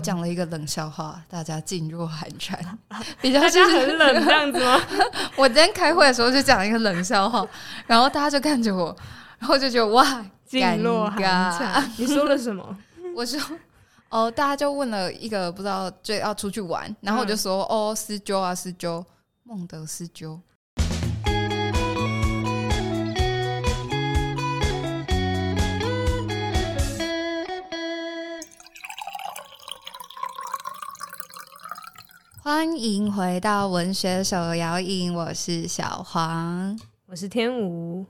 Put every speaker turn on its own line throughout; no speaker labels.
讲了一个冷笑话，大家噤若寒蝉。比较
大
就
家
是
很冷这样子吗？
我今天开会的时候就讲了一个冷笑话，然后大家就看着我，然后就觉得哇，
噤若寒
尴
蝉。你说了什么？
我说哦，大家就问了一个不知道就要出去玩，然后我就说、哦，施灸啊，施灸，孟德施灸。欢迎回到文学手摇影，我是小黄。
我是天吴，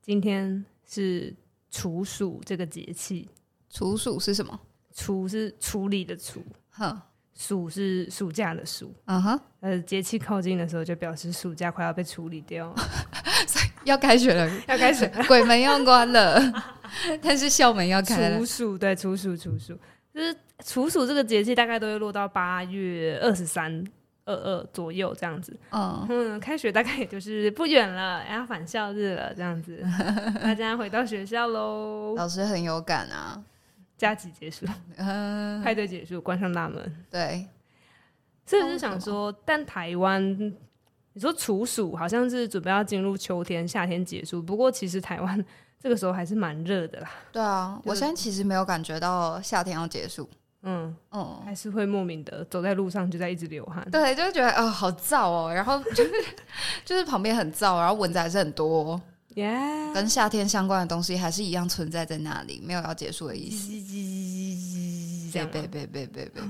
今天是处暑这个节气，
处暑是什么？
处是处理的处，
哼，
暑是暑假的暑。
嗯哼，
呃，节气靠近的时候，就表示暑假快要被处理 掉，
要开学了，
要开始
鬼门要关了， 但是校门要开了
处。暑，对，处暑，处暑，就是处暑这个节气大概都会落到八月二十三、二二左右这样子。
嗯，
嗯，开学大概也就是不远了，然后返校日了这样子，大家回到学校喽，
老师很有感啊。
假期结束，
嗯，
派对结束，关上大门。
对，
所以我就想说，但台湾。你说处暑好像是准备要进入秋天、夏天结束，不过其实台湾 这个时候还是蛮热的啦。
对啊，
就是
我现在其实没有感觉到夏天要结束。
嗯，
嗯，
还是会莫名的走在路上就在一直流汗。
对，就会觉得啊、好燥哦，然后就是 就是旁边很燥，然后蚊子还是很多哦、
耶，
跟夏天相关的东西还是一样存在在那里，没有要结束的意思。
这
别
样啊
别别别别别！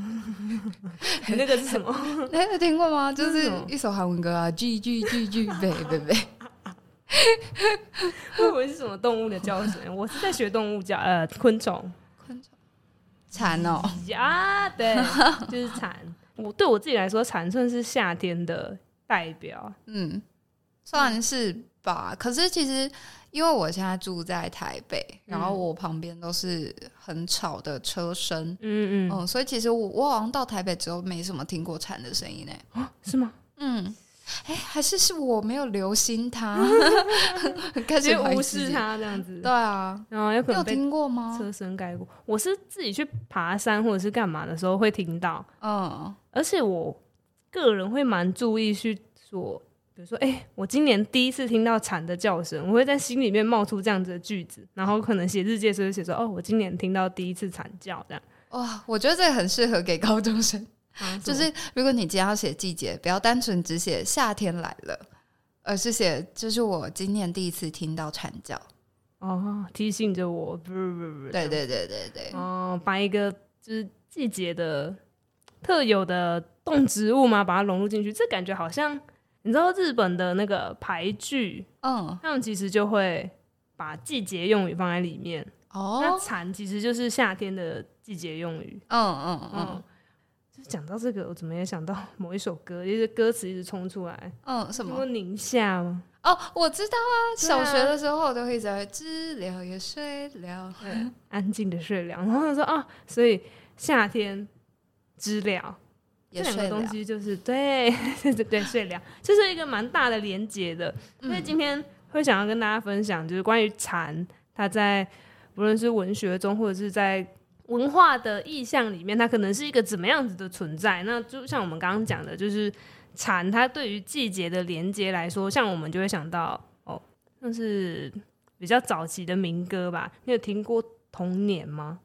你那个是什么？
哎，有听 过吗？就
那是
是
什么
一首韩文歌啊，G G G G，别别别！
我以为是什么动物的叫声？我是在学动物叫呃昆虫
惨哦，
呀，对，就是蝉。我对我自己来说，蝉算是夏天的代表。
嗯，算是吧。可是其实，因为我现在住在台北，然后
嗯
我旁边都是很吵的车声，
嗯嗯，
嗯，所以其实我我好像到台北之后没什么听过蝉的声音呢。
是吗？
嗯，哎、还是是我没有留心它， 开
直
始
接
怀疑
无
自
视
己。
它这样子，
对啊，
然后有可
你有
能被
听过吗？
车身盖过。我是自己去爬山或者是干嘛的时候会听到，
嗯，
而且我个人会蛮注意去说，比如说，哎、我今年第一次听到蝉的叫声，我会在心里面冒出这样子的句子，然后可能写日记的时候就写说，哦，我今年听到第一次蝉叫这样，
哇，我觉得这个很适合给高 中生。就
什
是如果你今天要写季节，不要单纯只写夏天来了，而是写这是我今年第一次听到蝉叫。
么哦，提醒着我，不不不不，
对对对对对，
哦，把一个就是季节的特有的动植物嘛，把它融入进去，这感觉好像你知道日本的那个排剧，
嗯，
他们其实就会把季节用语放在里面。那
哦，
蝉其实就是夏天的季节用语。
嗯嗯
嗯
嗯，
就是讲到这个，我怎么也想到某一首歌，就是歌词一直冲出来。
嗯，什
听
么
过？宁夏吗？
哦，我知道啊，
对啊
小学的时候我都会在知了也睡了，
安静的睡了。然后他说啊，所以夏天知了这
也
两
睡
个东
了。
西就是对对对对睡了，这是一个蛮大的连接的。所
嗯
以今天会想要跟大家分享，就是关于蝉，它在不论是文学中或者是在文化的意象里面，它可能是一个怎么样子的存在？那就像我们刚刚讲的，就是蝉，它对于季节的连接来说，像我们就会想到哦，那是比较早期的民歌吧？你有听过《童年》吗？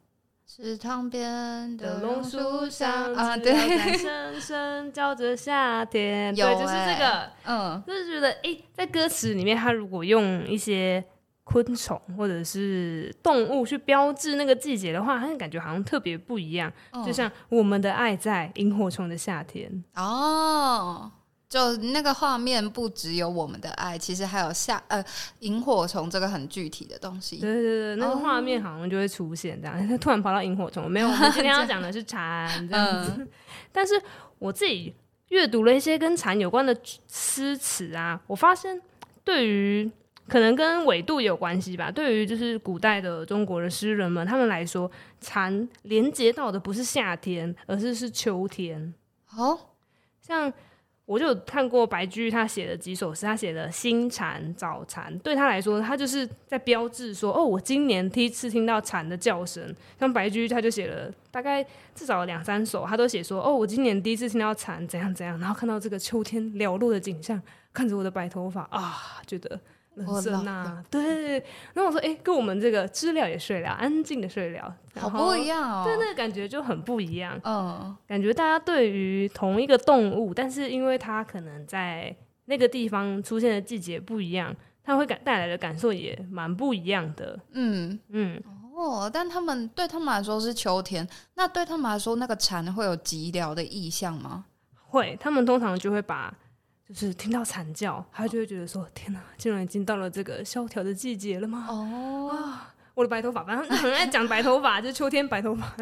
池塘边的
的
榕
榕
树
树上
上啊，
知了
对，
在深深叫着夏天，
有
对，就是
欸
这个，
嗯
就是觉得诶，在歌词里面，它如果用一些昆虫或者是动物去标志那个季节的话，它感觉好像特别不一样。
嗯，
就像我们的爱在萤火虫的夏天，
哦，就那个画面不只有我们的爱，其实还有下呃萤火虫这个很具体的东西。哦
对对对，那个画面好像就会出现这样。它 突然跑到萤火虫，没有，我们今 天要讲的是蝉这样子。
嗯
但是我自己阅读了一些跟蝉有关的诗词啊，我发现对于可能跟纬度有关系吧，对于就是古代的中国的诗人们，他们来说，蝉连接到的不是夏天，而是是秋天。
哦，
像我就有看过白居易他写的几首诗，他写的《新蝉》《早蝉》，对他来说，他就是在标志说，哦，我今年第一次听到蝉的叫声。像白居易他就写了大概至少两三首，他都写说，哦，我今年第一次听到蝉怎样怎样，然后看到这个秋天寥落的景象，看着我的白头发啊，觉得人生
我老
啊，对。然后我说，哎、跟我们这个知了也睡了，安静的睡了，
好不一
样，
样哦。
对，那个感觉就很不一样。
嗯，
感觉大家对于同一个动物，但是因为它可能在那个地方出现的季节不一样，它会感带来的感受也蛮不一样的。
嗯，
嗯，
哦，但他们对他们来说是秋天，那对他们来说，那个蝉会有寂寥的意象吗？
会，他们通常就会把就是听到惨叫，他就会觉得说：“天哪，竟然已经到了这个萧条的季节了吗？”啊
哦
我的白头发，反正他很爱讲白头发，就是秋天白头发。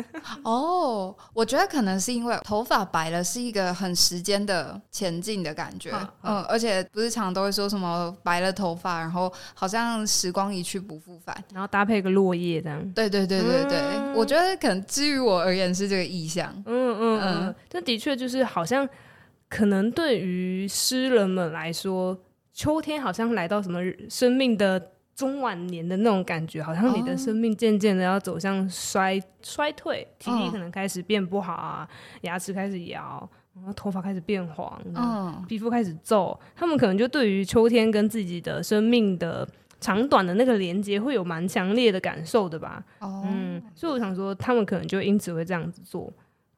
哦，我觉得可能是因为头发白了是一个很时间的前进的感觉，
嗯
嗯，而且不是常常都会说什么白了头发，然后好像时光一去不复返。
然后搭配个落叶这样。
对对对对对，
嗯
我觉得可能至于我而言是这个意象，
嗯嗯
嗯
嗯，这的确就是好像，可能对于诗人们来说，秋天好像来到什么生命的中晚年的那种感觉，好像你
哦
的生命渐渐的要走向衰衰退，体力
嗯
可能开始变不好啊，牙齿开始摇，然后头发开始变黄，嗯，
嗯
皮肤开始皱，他们可能就对于秋天跟自己的生命的。长短的那个连接会有蛮强烈的感受的吧？
哦
嗯，所以我想说，他们可能就因此会这样子做。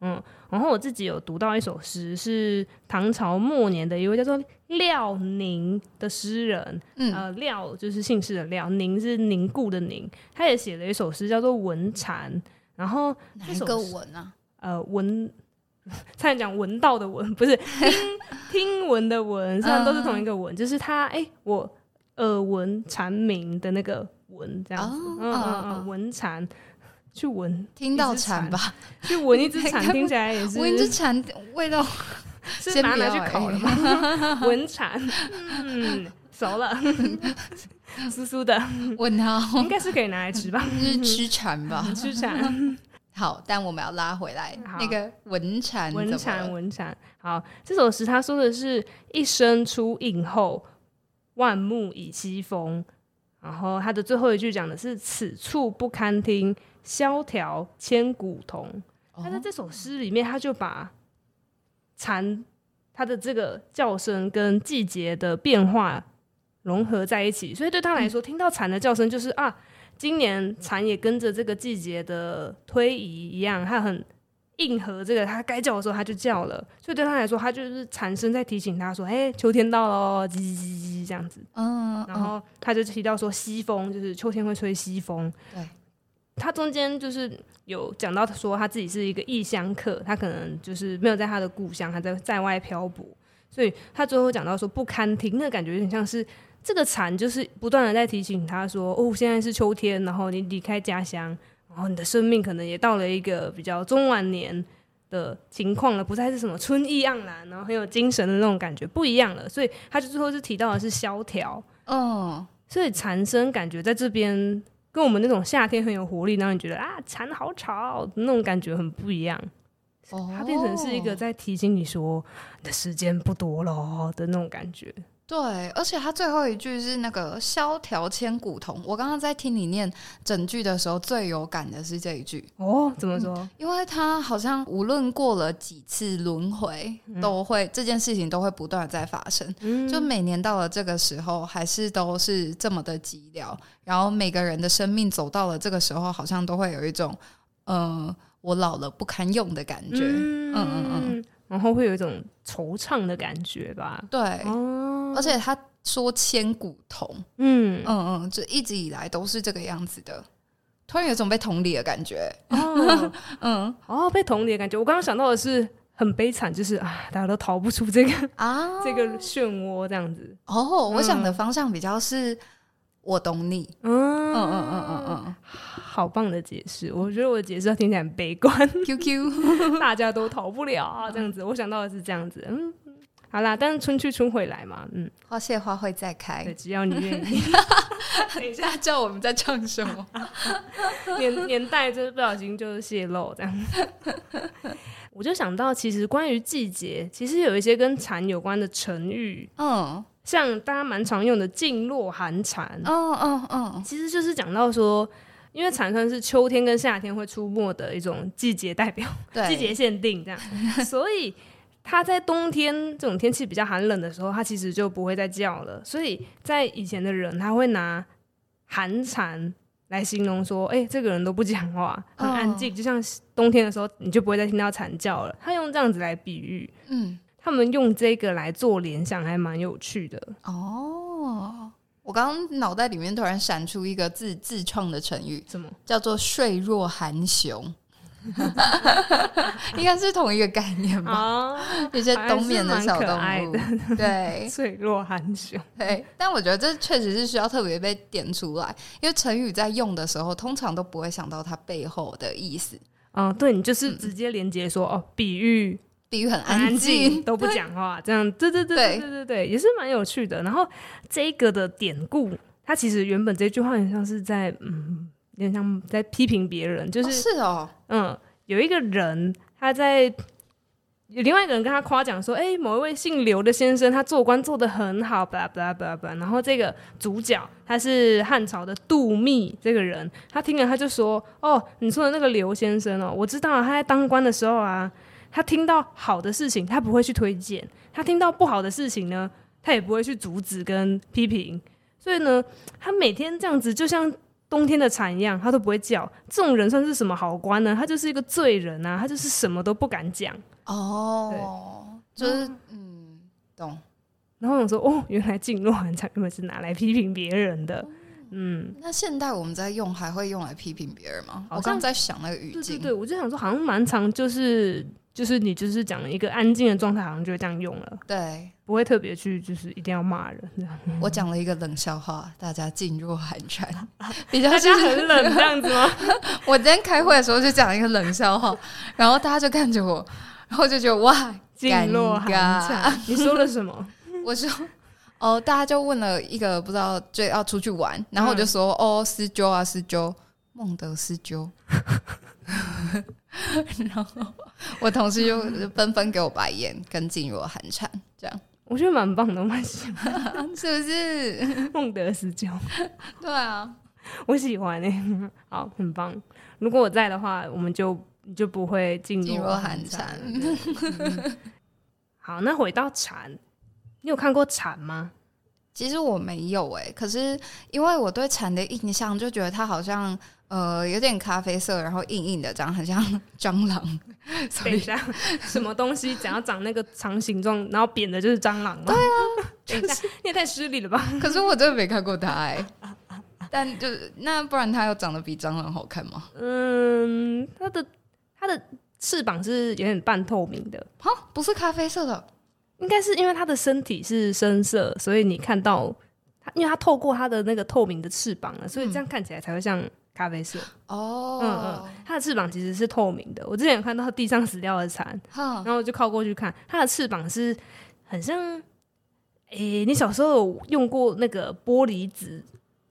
嗯，然后我自己有读到一首诗，是唐朝末年的一位叫做廖宁的诗人，
嗯
呃，廖就是姓氏的廖，宁是凝固的凝，他也写了一首诗叫做《文蝉》，然后
哪
这
一
首
个
诗
文啊？
呃文， 差点讲闻到的闻，不是听听闻的闻，虽然都是同一个闻，就是他哎、我耳闻蝉鸣的那个闻这样子，
哦
嗯嗯
嗯嗯
嗯，闻蝉去闻
听到
一只
蝉
蝉
吧，，
去闻一只蝉 听起来也是
闻一只蝉味道，
是
先
拿
不
拿
要欸
去烤了 吗？闻蝉，嗯，熟了，酥酥的，
问 他
应该是可以拿来吃 吧？
是吃啊蝉吧？
吃蝉，
嗯好，但我们要拉回来
嗯好
那个文蝉怎么了，
闻蝉，闻蝉。好，这首诗他说的是一声出应后，万木已西风。然后他的最后一句讲的是“此处不堪听，萧条千古同”。他在
哦
这首诗里面，他就把蝉它的这个叫声跟季节的变化融合在一起，所以对他来说，听到蝉的叫声就是啊，今年蝉也跟着这个季节的推移一样，它很应和这个，它该叫的时候它就叫了，所以对他来说，它就是蝉声在提醒他说，哎、秋天到喽，叽叽叽叽这样子。
嗯，
然后他就提到说西风，就是秋天会吹西风。
对，
他中间就是有讲到说他自己是一个异乡客，他可能就是没有在他的故乡，他在在外漂泊，所以他最后讲到说不堪听，那感觉有点像是这个蝉就是不断的在提醒他说，哦，现在是秋天，然后你离开家乡，然后你的生命可能也到了一个比较中晚年。的情况了，不再是什么春意盎然，然后很有精神的那种感觉，不一样了。所以他就最后是提到的是萧条，
嗯，
所以蝉声感觉在这边跟我们那种夏天很有活力，让你觉得啊蝉好吵那种感觉很不一样。
哦
它变成是一个在提醒你说你的时间不多了哦的那种感觉。
对，而且他最后一句是那个“萧条千古同”。我刚刚在听你念整句的时候，最有感的是这一句，
哦，怎么说？
因为他好像无论过了几次轮回，都会这件事情都会不断的在发生。
嗯
就每年到了这个时候，还是都是这么的寂寥。然后每个人的生命走到了这个时候，好像都会有一种，嗯、我老了不堪用的感觉。
嗯
嗯嗯
嗯，然后会有一种惆怅的感觉吧。
对，
哦，
而且他说千古同，
嗯，
嗯嗯，就一直以来都是这个样子的。突然有一种被同理的感觉，
哦，
嗯
哦，被同理的感觉。我刚刚想到的是很悲惨，就是啊，大家都逃不出这个、
啊，
这个漩涡这样子。
哦，我想的
嗯
方向比较是，我懂你，
嗯
嗯嗯嗯嗯
好棒的解释，我觉得我的解释听起来很悲观，
嗯，QQ，
大家都逃不了啊，这样子。我想到的是这样子，嗯，好啦，但是春去春回来嘛，嗯，
花谢花会再开
对，。只要你愿意。等一下，
他叫我们在唱什么？
年年代就是不小心就是泄露这样。 我就想到，其实关于季节，其实有一些跟蝉有关的成语，
嗯，
像大家蛮常用的“噤若寒蝉”，
嗯嗯嗯，
其实就是讲到说，因为蝉算是秋天跟夏天会出没的一种季节代表，
对，
季节限定 这样，所以它在冬天这种天气比较寒冷的时候，它其实就不会再叫了。所以在以前的人，他会拿寒蝉来形容说，哎、这个人都不讲话，很安静，就像冬天的时候，你就不会再听到蝉叫了。他用这样子来比喻，
嗯，
他们用这个来做联想，还蛮有趣的。
哦，我刚刚脑袋里面突然闪出一个自自创的成语，
什么？
叫做“睡若寒熊”， 应该是同一个概念吧？
啊，
一些冬眠小动
还是蛮可
物，对
脆弱寒熊。
对。但我觉得这确实是需要特别被点出来，因为成语在用的时候，通常都不会想到它背后的意思。
嗯，对你就是直接连接说、哦，比喻
比喻很
很安
安
静
静，
都不讲话，这样对对对对
对
对对对，也是蛮有趣的。然后这个的典故，它其实原本这句话很像是在嗯，有点像在批评别人，就
哦
是、
是哦，
嗯，有一个人他在。有另外一个人跟他夸奖说：“哎、某一位姓刘的先生，他做官做得很好，巴拉巴拉巴拉巴拉。”然后这个主角他是汉朝的杜密这个人，他听了他就说：“哦，你说的那个刘先生哦，我知道啊他在当官的时候啊，他听到好的事情他不会去推荐，他听到不好的事情呢，他也不会去阻止跟批评。所以呢，他每天这样子，就像冬天的蝉一样，他都不会叫。这种人算是什么好官呢？他就是一个罪人啊，他就是什么都不敢讲。
哦，就是嗯，懂。
然后我说，哦，原来噤若寒蝉原本是拿来批评别人的，嗯。
那现代我们在用，还会用来批评别人吗？
好
我刚
像
刚在想那个语
对对
境，
对，我就想说，好像蛮常就是就是你就是讲一个安静的状态，好像就会这样用了，
对
不会特别去就是一定要骂人这样。
我讲了一个冷笑话，大家噤若寒 蝉，比 较
大
就
家
是
很冷这样子吗？
我今天开会的时候就讲了一个冷笑话，然后大家就看着我，然后就觉得哇，
噤若寒
尴
蝉，你说了什么？
我说。哦，大家就问了一个不知道就要出去玩，然后我就说、哦，斯鸠啊，斯鸠，孟德斯鸠。 然后我同事 就纷纷给我白眼，跟噤若寒蝉，这样
我觉得蛮棒的，我蛮喜欢
啊是不是？
孟德斯鸠，
对啊，
我喜欢诶、 好，很棒。如果我在的话，我们就你就不会进
噤
入
若寒
蝉
蝉。
对嗯好，那回到蝉，你有看过蝉 吗？
其实我没有诶、可是因为我对蝉的印象就觉得它好像呃有点咖啡色，然后硬硬的，长得很像 蟑螂，所
等一
以
下，什么东西只要长那个长形状，然后扁的就是蟑螂吗？对啊，等一下， 你也太失礼了吧？
可是我真的没看过它诶、但就是那不然它有长得比蟑螂好看吗？
嗯，它的它的翅膀是有点半透明的，
哈，不是咖啡色的
应该是因为它的身体是深色，所以你看到它，因为它透过它的那个透明的翅膀了，所以这样看起来才会像咖啡色。
哦，
嗯嗯，它的翅膀其实是透明的。我之前有看到地上死掉的蝉，
哈
然后我就靠过去看，它的翅膀是很像，诶、你小时候有用过那个玻璃纸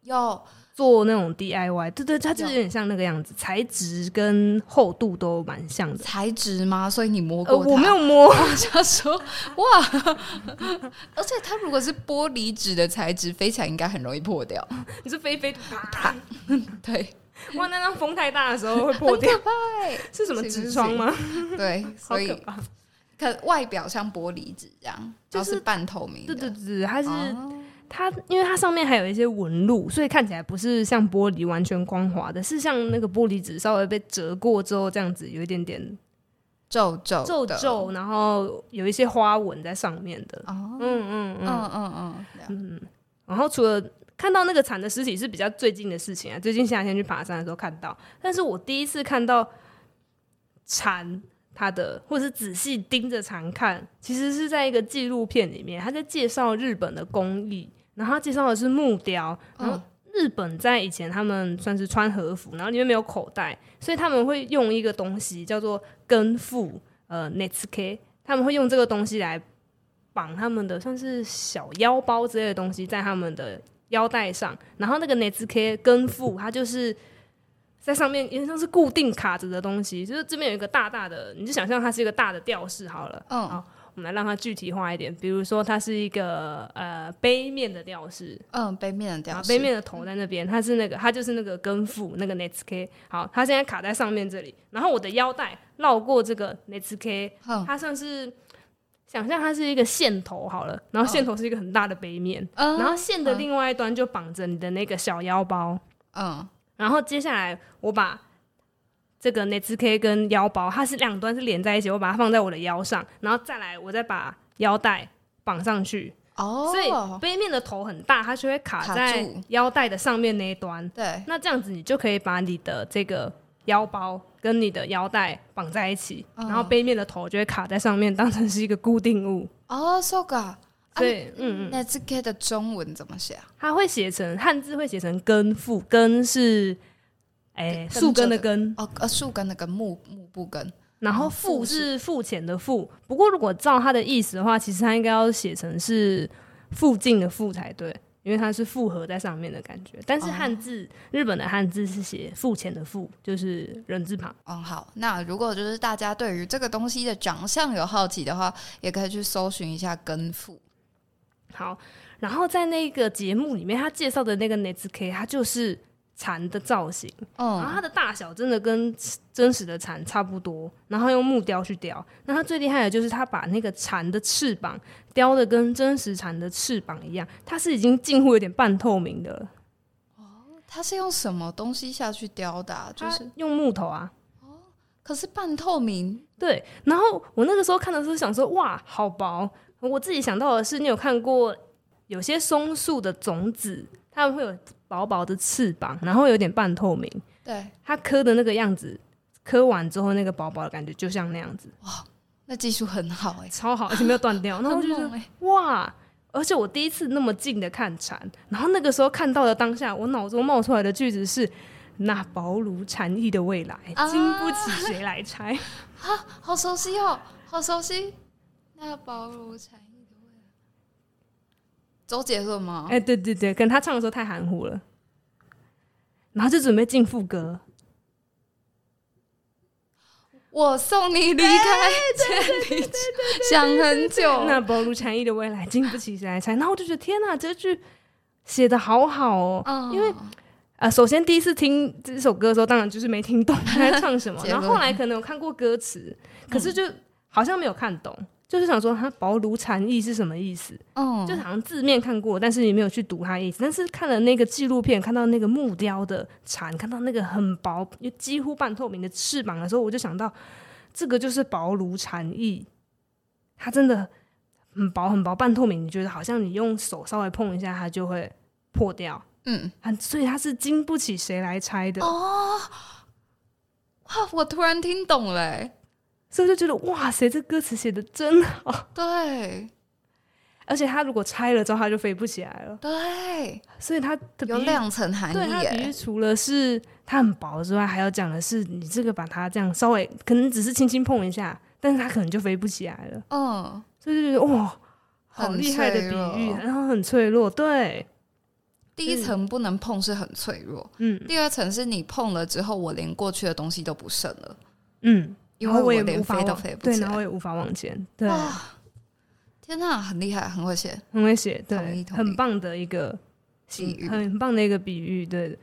有
做那种 DIY？对对，它就是有
有
点像那个样子，材质跟厚度都蛮像的。
材质吗？所以你摸
呃，
过它？
我没有摸，
我想说哇， 而且它如果是玻璃纸的材质，飞起来应该很容易 破掉。
你是飞飞啪，
对，
哇，那当风太大的时候会破 掉，是什么
是是
纸窗吗？
对，所以
好可怕。
可外表像玻璃纸这样，
就
就是是半透明
对
的。
对对，它是、
哦
它，因为它上面还有一些纹路，所以看起来不是像玻璃完全光滑的，是像那个玻璃纸稍微被折过之后这样子，有一点点
皱皱
皱
的。
皱，然后有一些花纹在上面的。
哦，
嗯嗯
嗯
嗯
嗯嗯了解，
嗯。然后除了看到那个蝉的尸体是比较最近的事情啊，最近夏天去爬山的时候看到，但是我第一次看到蝉。它的，或是仔细盯着蝉看，其实是在一个纪录片里面，他在介绍日本的工艺，然后他介绍的是木雕，然后
嗯
日本在以前他们算是穿和服，然后里面没有口袋，所以他们会用一个东西叫做根付，呃 n e t s k 他们会用这个东西来绑他们的像是小腰包之类的东西在他们的腰带上，然后那个 n e t k 跟副它就是在上面，因为像是固定卡着的东西，就是这边有一个大大的，你就想象它是一个大的吊饰好了。
嗯
好，我们来让它具体化一点，比如说它是一个呃杯面的吊饰，
嗯，背面的
然
吊
后
饰，
杯啊面的头在那边，它是那个，它就是那个根付那个 n e t k 好，它现在卡在上面这里，然后我的腰带绕过这个 n e t k
嗯
它算是想象它是一个线头好了，然后线头是一个很大的杯面，
嗯，
然后线的另外一端就绑着你的那个小腰包，
嗯
然后接下来我把这个 n e t k 跟腰包，它是两端是连在一起，我把它放在我的腰上，然后再来我再把腰带绑上去，
哦，
所以杯面的头很大，它就会卡
卡
在
住
腰带的上面那一端。
对，
那这样子，你就可以把你的这个腰包跟你的腰带绑在一起，
嗯
然后杯面的头就会卡在上面，当成是一个固定物。
哦，so ga，
所以，嗯嗯，
那这个的中文怎么写啊？
它会写成汉字会写成根付，根是哎
根
树根的根，
哦，呃，树根的根，木木部根，
然后
哦付
付是付钱的付。不过如果照它的意思的话，其实它应该要写成是附近的附才对。因为它是复合在上面的感觉，但是
哦
汉字、日本的汉字是写付钱的付，就是人字旁。
嗯，好，那如果就是大家对于这个东西的长相有好奇的话，也可以去搜寻一下根付。
好，然后在那个节目里面，他介绍的那个 n e t k 它就是蝉的造型，然后
嗯，
它的大小真的跟真实的蝉差不多，然后用木雕去雕。那它最厉害的就是它把那个蝉的翅膀雕的跟真实蝉的翅膀一样，它是已经近乎有点半透明的了，
它是用什么东西下去雕的啊、就
就是是用木头啊。
可是半透明，
对，然后我那个时候看的时候想说，哇，好薄。我自己想到的是，你有看过有些松树的种子，它们会有薄薄的翅膀，然后有点半透明。
对，
它磕的那个样子，磕完之后那个薄薄的感觉，就像那样子，
那技术很好哎、
超好，而且没有断掉。然后我就觉
很
得
猛欸
哇，而且我第一次那么近的看蝉，然后那个时候看到的当下，我脑中冒出来的句子是。那薄如蝉翼的未来，
啊
经不起谁来拆。
好熟悉哦，好熟悉。那薄如蝉翼的味道，周杰伦吗？
哎、对对对，可能他唱的时候太含糊了，然后就准备进副歌。
我送你离开千里之，想很久。
那薄如蝉翼的未来，经不起谁来拆。然后我就觉得天哪，这句写的好好哦、
嗯，
因为啊，首先第一次听这首歌的时候，当然就是没听 懂他在唱什么，
结嗯
然
论
后后来可能有看过歌词，可是就好像没有看懂，就是想说它薄如蝉翼是什么意思，
嗯，
就是好像字面看过，但是你没有去读它意思。但是看了那个纪录片，看到那个木雕的蝉，看到那个很薄，又几乎半透明的翅膀的时候，我就想到这个就是薄如蝉翼，它真的很薄很薄，半透明，你觉得好像你用手稍微碰一下，它就会破掉。
嗯，
很，啊所以它是经不起谁来拆的，
哦，哇，我突然听懂了欸、
所以我就觉得哇塞，这歌词写的真好。
对
而且它如果拆了之后，它就飞不起来了。
对，
所以它的比
有
喻，
两层含
对它
义、
的
欸，
比喻除了是它很薄之外，还要讲的是你这个把它这样稍微可能只是轻轻碰一下，但是它可能就飞不起来了。
嗯，
所以就觉得哇，好
很
厉害的
脆
比喻，
弱
然后很脆弱。对，
第一层不能碰是很脆弱，
嗯
第二层是你碰了之后，我连过去的东西都不剩了，
嗯，
因
然
为
后我也
连
无法
飞都
往
飞不
对，
起
然后我
来。
也无法往前，对，
哇，天哪，很厉害，很会写。
很会写，
同
对，
意同意
很棒的一个形
比喻
很棒的一个比喻，对。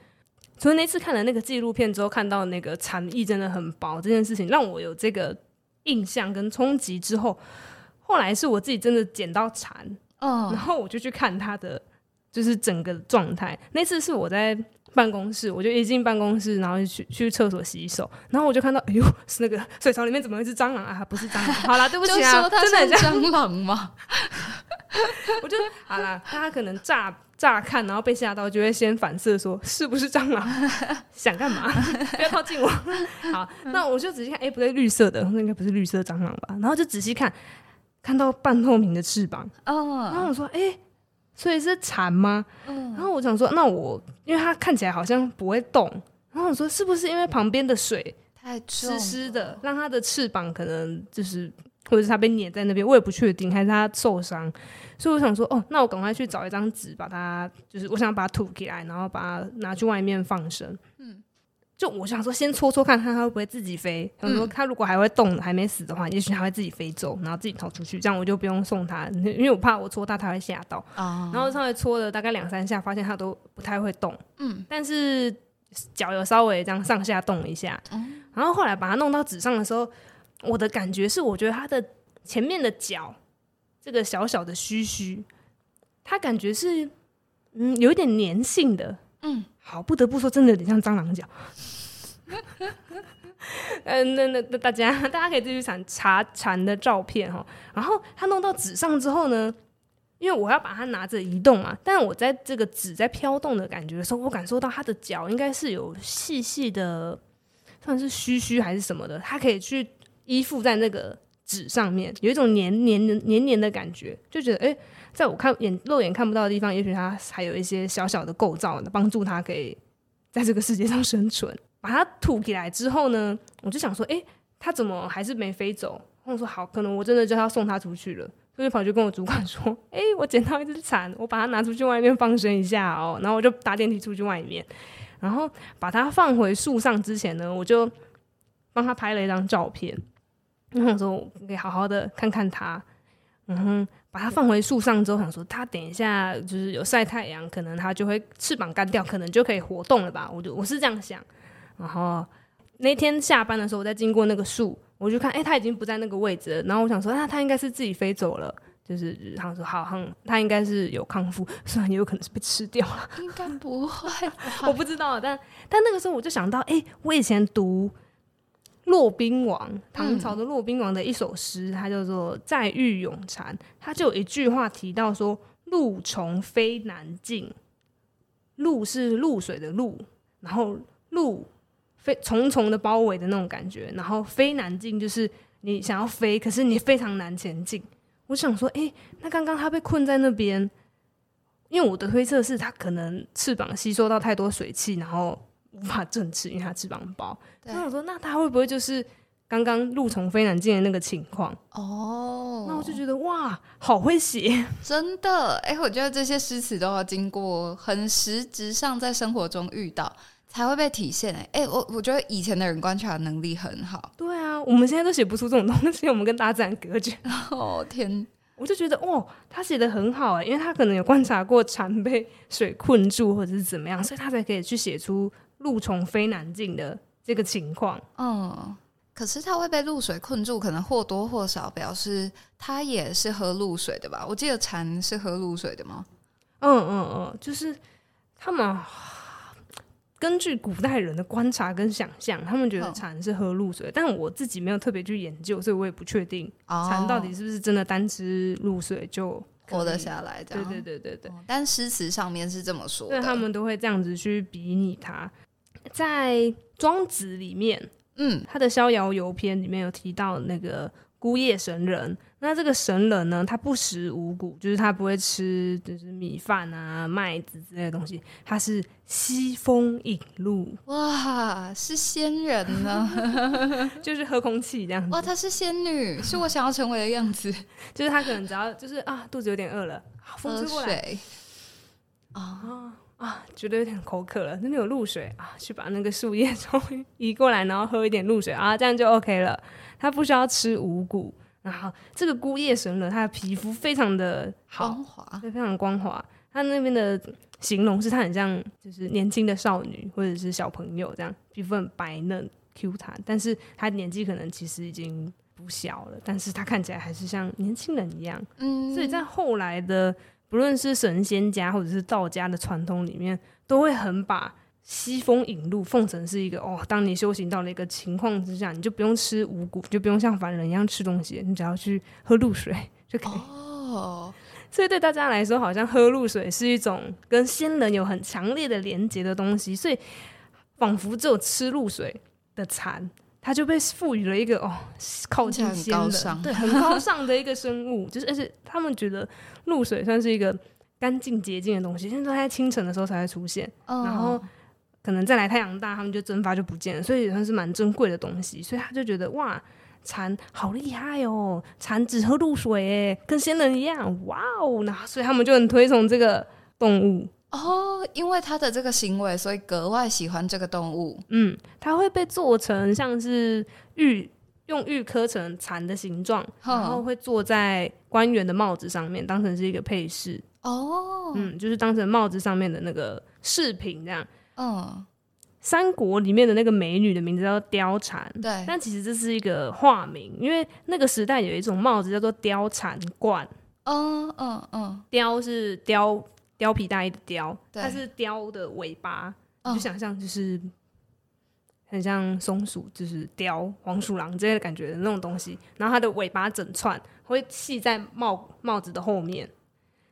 除了那次看了那个纪录片之后，看到那个蝉翼真的很薄这件事情，让我有这个印象跟冲击之后，后来是我自己真的捡到蝉，然
嗯
后我就去看它的就是整个状态。那次是我在办公室，我就一进办公室，然后就去去厕所洗手，然后我就看到，哎呦，是那个水槽里面怎么会是蟑螂啊？不是蟑螂，好啦，对不
就
起啊，
说它
真的很
像
像
蟑螂吗？
我就好啦，大家可能乍乍看，然后被吓到，就会先反射说是不是蟑 螂？想干嘛？不要靠近我。好，
嗯
那我就仔细看，哎、不对，绿色的，那应该不是绿色蟑螂吧？然后就仔细看，看到半透明的翅膀， 然
嗯
后我说，哎、所以是蝉吗？然
嗯
后我想说，那我因为它看起来好像不会动，然后我说是不是因为旁边的水
太
湿
重
湿的，让它的翅膀可能就是或者是他被碾在那边，我也不确定，还是他受伤。所以我想说，哦，那我赶快去找一张纸，把它就是我想把它涂起来，然后把它拿去外面放生。嗯，就我想说先搓搓看看它会不会自己飞。我说
嗯
它如果还会动，还没死的话，也许它会自己飞走，然后自己逃出去，这样我就不用送它，因为我怕我戳它它会吓到。
啊，
然后稍微搓了大概两三下，发现它都不太会动，
嗯，
但是脚有稍微这样上下动一下。然后后来把它弄到纸上的时候，我的感觉是，我觉得它的前面的脚这个小小的须须，它感觉是嗯有一点粘性的，
嗯，
好，不得不说，真的有点像蟑螂脚。 嗯，那那那大家大家可以自己去查查蝉的照片哈。然后它弄到纸上之后呢，因为我要把它拿着移动嘛，但我在这个纸在飘动的感觉的时候，我感受到它的脚应该是有细细的，算是须须还是什么的，它可以去依附在那个纸上面，有一种黏黏的黏黏的感觉，就觉得哎、诶在我看眼肉眼看不到的地方，也许它还有一些小小的构造，帮助它可以在这个世界上生存。把它吐起来之后呢，我就想说，哎、它怎么还是没飞走？我说好，可能我真的就要送它出去了。所以跑去跟我主管说：“ 哎、我捡到一只蝉，我把它拿出去外面放生一下哦。”然后我就搭电梯出去外面，然后把它放回树上之前呢，我就帮他拍了一张照片。然后我说：“我可以好好的看看它。”嗯哼，把它放回树上之后，想说它等一下就是有晒太阳，可能它就会翅膀干掉，可能就可以活动了吧？我就我是这样想。然后那天下班的时候，我在经过那个树，我就看，哎、它已经不在那个位置了。然后我想说，那啊它应该是自己飞走了。就是他说好，哼，它应该是有康复，虽然也有可能是被吃掉了，
应该不会吧
我不知道。但但那个时候我就想到，哎、我以前读骆宾王，唐朝的骆宾王的一首诗，它叫做《再遇永蝉》，它就有一句话提到说：“露虫飞难进。”露是露水的露，然后露飞重重的包围的那种感觉，然后飞难进就是你想要飞，可是你非常难前进。我想说，哎、那刚刚他被困在那边，因为我的推测是他可能翅膀吸收到太多水汽，然后无法振翅，因为他翅膀薄。
对
那我想说，那他会不会就是刚刚路从飞南进的那个情况？
哦，
那我就觉得哇，好会 写，
真的，哎、我觉得这些诗词都要经过很实质上在生活中遇到，才会被体现、诶哎、我我觉得以前的人观察能力很 好。
对啊，我们现在都写不出这种东西，我们跟大自然隔绝。
哦天，
我就觉得哦，他写的很好哎，因为他可能有观察过蝉被水困住或者是怎么样，所以他才可以去写出路从飞南进的这个情况。
嗯，可是它会被露水困住，可能或多或少表示它也是喝露水的吧？我记得蝉是喝露水的吗？
嗯嗯嗯，就是他们根据古代人的观察跟想象，他们觉得
嗯
蝉是喝露水，但我自己没有特别去研究，所以我也不确定
哦，
蝉到底是不是真的单吃露水就可
活得
以。
下来这
对
样？
对对对对。
哦但诗词上面是这么说
对
的，
他们都会这样子去比拟它。在《庄子》里面，
嗯
他的《逍遥游篇》里面有提到那个孤夜神人。那这个神人呢，他不食五谷，就是他不会吃就是米饭啊、麦子之类的东西，他是西风引路，
哇，是仙人呢！
就是喝空气这样子。
哇，她是仙女，是我想要成为的样 子。
就是他可能只要就是啊，肚子有点饿了，啊风
喝
吹过来，
水啊，
啊啊，觉得有点口渴了，那边有露水啊，去把那个树叶 稍微移过来，然后喝一点露水啊，这样就 OK 了。它不需要吃五谷。然后这个孤叶神呢，它的皮肤非常的好，
光滑，
对，非常光滑。它那边的形容是它很像就是年轻的少女或者是小朋友这样，皮肤很白嫩 Q 弹，但是她年纪可能其实已经不小了，但是她看起来还是像年轻人一样。
嗯，
所以在后来的不论是神仙家或者是道家的传统里面，都会很把西风引路奉成是一个哦，当你修行到了一个情况之下，你就不用吃五谷，你就不用像凡人一样吃东西，你只要去喝露水 就可以。
哦，
所以对大家来说，好像喝露水是一种跟仙人有很强烈的连结的东西，所以仿佛只有吃露水的蚕，它就被赋予了一个哦靠近
听起
仙
来很
人，
高尚
对，很高尚的一个生物，就是而且他们觉得露水算是一个干净洁净的东西，现在在清晨的时候才会出现，然
然
后可能再来太阳大，他们就蒸发就不见了，所以也算是蛮珍贵的东西。所以他就觉得哇，蝉好厉害哦，蝉只喝露水诶，跟仙人一样，哇哦！然后所以他们就很推崇这个动物。
哦，因为他的这个行为，所以格外喜欢这个动物。
嗯，它会被做成像是玉用玉刻成蝉的形状，
哼
然后会坐在官员的帽子上面，当成是一个配饰。
哦，
嗯，就是当成帽子上面的那个饰品这样。
嗯，
三国里面的那个美女的名字叫貂蝉，
对，
但其实这是一个化名，因为那个时代有一种帽子叫做貂蝉冠，
嗯嗯嗯，
貂是貂貂皮大衣的貂，
对
它是貂的尾巴，
嗯
你就想象就是很像松鼠，就是貂、黄鼠狼之类的感觉的那种东西。然后它的尾巴整串会系在帽帽子的后面，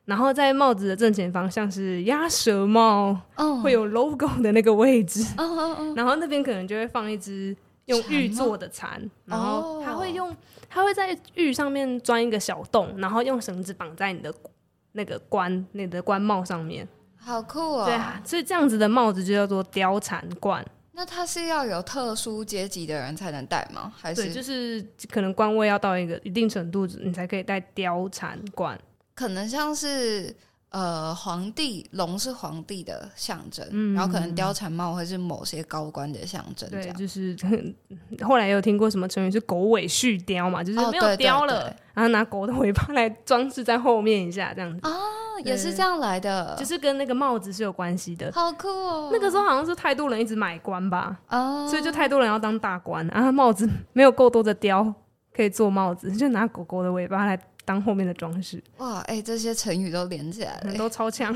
然后在帽子的正前方像是鸭舌帽，
嗯，
会有 logo 的那个位置，
嗯，嗯 嗯
然后那边可能就会放一只用玉做的蝉，然
哦
后它会用，它会在玉上面钻一个小洞，然后用绳子绑在你的那个冠、你的冠帽上面。
嗯，好酷哦。
对啊，所以这样子的帽子就叫做貂蝉冠。
那他是要有特殊阶级的人才能戴吗？还
对，
是
就是可能官位要到一个一定程度，你才可以戴貂蝉冠。
可能像是呃皇帝龙是皇帝的象征，
嗯
然后可能貂蝉帽会是某些高官的象征，这
对，
样
就是 后来也有听过什么成语是“狗尾续貂”嘛，就是
哦
没有
对对
貂了，
对
然后拿狗的尾巴来装饰在后面一下，这样子，
哦，也是这样来的，
就是跟那个帽子是有关系的。
好酷哦。
那个时候好像是太多人一直买官吧，
哦，
所以就太多人要当大官啊，帽子没有够多的貂可以做帽子，就拿狗狗的尾巴来当后面的装饰，
哇，哎、这些成语都连起来了、
都超强。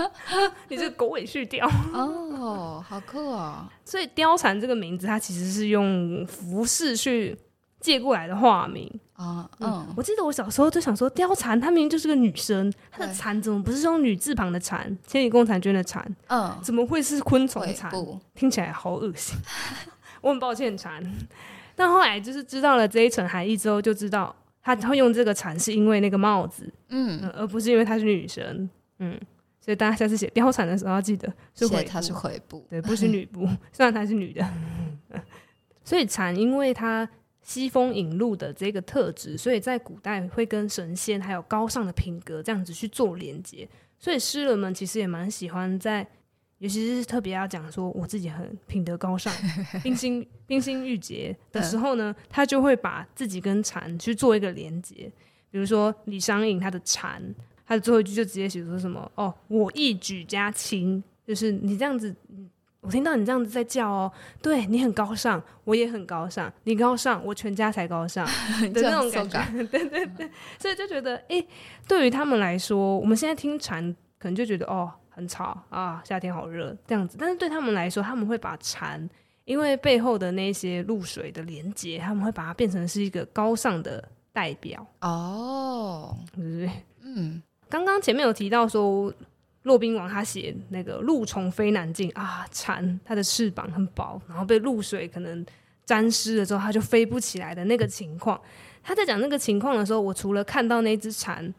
你这个狗尾续貂，嗯
哦，好酷哦。
所以貂蝉这个名字它其实是用服饰去借过来的化名。
啊，
嗯
嗯，，
我记得我小时候就想说，貂蝉她明明就是个女生，她的
对
蝉怎么不是用女字旁的蝉，千里共婵娟的蝉，
嗯，
怎么会是昆虫
腿
蝉？
部，
听起来好恶心， 我很抱歉蝉。但后来就是知道了这一层含义之后，就知道他会用这个蝉是因为那个帽子，嗯
嗯，
而不是因为她是女生，嗯。所以大家下次写貂蝉的时候要记得是
写
回
它是
部
回部，
对，不是女部， 虽然她是女的。所以蝉因为它西风引路的这个特质，所以在古代会跟神仙还有高尚的品格这样子去做连接。所以诗人们其实也蛮喜欢在，尤其是特别要讲说我自己很品德高尚、冰心冰心玉洁的时候呢，他就会把自己跟蝉去做一个连接。比如说李商隐他的蝉，他的最后一句就直接写说什么哦，我亦举家亲，就是你这样子，我听到你这样子在叫哦，对你很高尚，我也很高尚，你高尚，我全家才高 尚的那种感
这样
觉， 对对对，所以就觉得诶，对于他们来说，我们现在听蝉可能就觉得哦很吵啊，夏天好热这样子，但是对他们来说，他们会把蝉。因为背后的那些露水的连接，他们会把它变成是一个高尚的代表，
哦，
对不对？
嗯，
刚刚前面有提到说，骆宾王他写那个露虫飞南境啊，蝉它的翅膀很薄，然后被露水可能沾湿了之后，它就飞不起来的那个情况。他在讲那个情况的时候，我除了看到那只蝉，